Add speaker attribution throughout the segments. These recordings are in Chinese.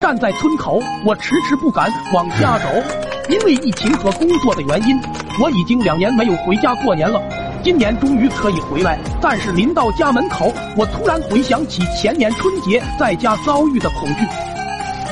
Speaker 1: 站在村口，我迟迟不敢往家走，因为疫情和工作的原因，我已经两年没有回家过年了。今年终于可以回来，但是临到家门口，我突然回想起前年春节在家遭遇的恐惧。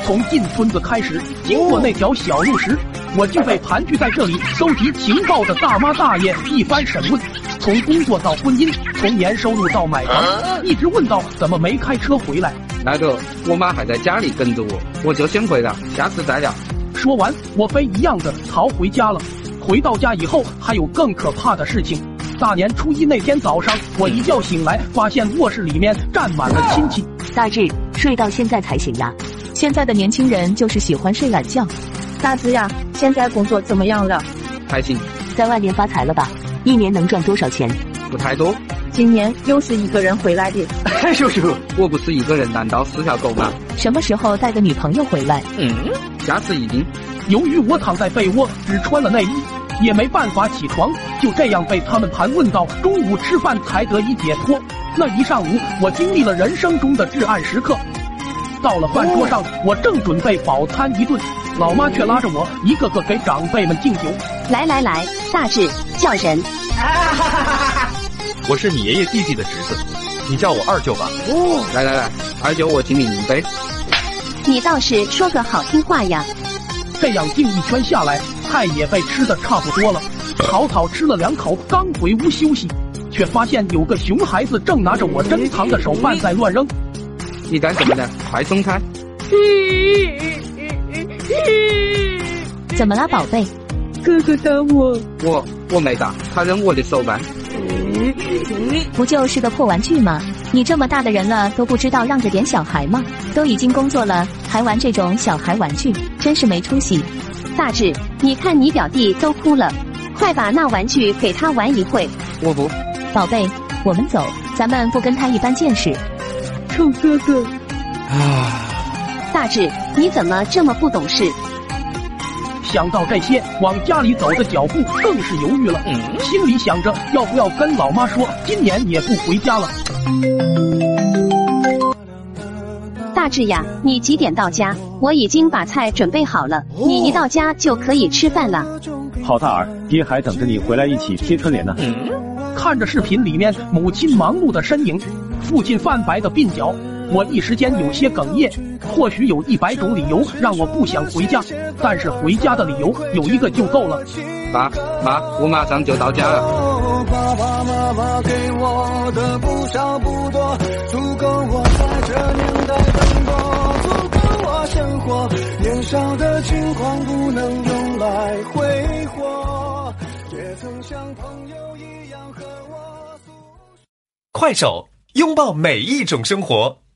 Speaker 1: 从进村子开始，经过那条小路时，我就被盘踞在这里搜集情报的大妈大爷一番审问，从工作到婚姻，从年收入到买房，一直问到怎么没开车回来。
Speaker 2: 那个，我妈还在家里跟着我，我就先回了，下次再聊。
Speaker 1: 说完，我非一样的逃回家了。回到家以后，还有更可怕的事情。大年初一那天早上，我一觉醒来，发现卧室里面站满了亲戚。
Speaker 3: 大志睡到现在才醒呀！现在的年轻人就是喜欢睡懒觉，
Speaker 4: 大志呀，现在工作怎么样了？
Speaker 2: 还行，
Speaker 3: 在外面发财了吧？一年能赚多少钱？
Speaker 2: 不太多。
Speaker 4: 今年又是一个人回来的，
Speaker 2: 叔叔，我不是一个人，难道是条狗吗？
Speaker 3: 什么时候带个女朋友回来？
Speaker 2: 嗯，下次一定。
Speaker 1: 由于我躺在被窝，只穿了内衣，也没办法起床，就这样被他们盘问到中午吃饭才得以解脱。那一上午，我经历了人生中的至暗时刻。到了饭桌上，我正准备饱餐一顿，老妈却拉着我一个个给长辈们敬酒。
Speaker 5: 来来来，大志叫人。
Speaker 6: 我是你爷爷弟弟的侄子，你叫我二舅吧。
Speaker 2: 来来来，二舅，我请你一杯。
Speaker 5: 你倒是说个好听话呀！
Speaker 1: 这样敬一圈下来，菜也被吃的差不多了。草草吃了两口，刚回屋休息，却发现有个熊孩子正拿着我珍藏的手办在乱扔。
Speaker 2: 你干什么呢？快松开！
Speaker 3: 怎么啦，宝贝？
Speaker 4: 哥哥打我，
Speaker 2: 我我没打，他扔我的手办。
Speaker 3: 不就是个破玩具吗？你这么大的人了都不知道让着点小孩吗？都已经工作了，还玩这种小孩玩具，真是没出息！
Speaker 5: 大志，你看你表弟都哭了，快把那玩具给他玩一会。
Speaker 2: 我不，
Speaker 3: 宝贝，我们走，咱们不跟他一般见识。
Speaker 4: 臭哥哥，
Speaker 5: 大志，你怎么这么不懂事？
Speaker 1: 想到这些，往家里走的脚步更是犹豫了，心里想着要不要跟老妈说今年也不回家了。
Speaker 5: 大志呀，你几点到家？我已经把菜准备好了，你一到家就可以吃饭了。
Speaker 7: 好大儿，爹还等着你回来一起贴春联呢。
Speaker 1: 看着视频里面母亲忙碌的身影，父亲泛白的鬓角，我一时间有些哽咽。或许有一百种理由让我不想回家，但是回家的理由有一个就够了。
Speaker 2: 爸妈，我马上就到家了。
Speaker 8: 爸爸妈妈给我的不少不多，足够我在这年代奔波，足够我生活。年少的轻狂不能用来挥霍，也曾像朋友一样和我。
Speaker 6: 快手，拥抱每一种生活。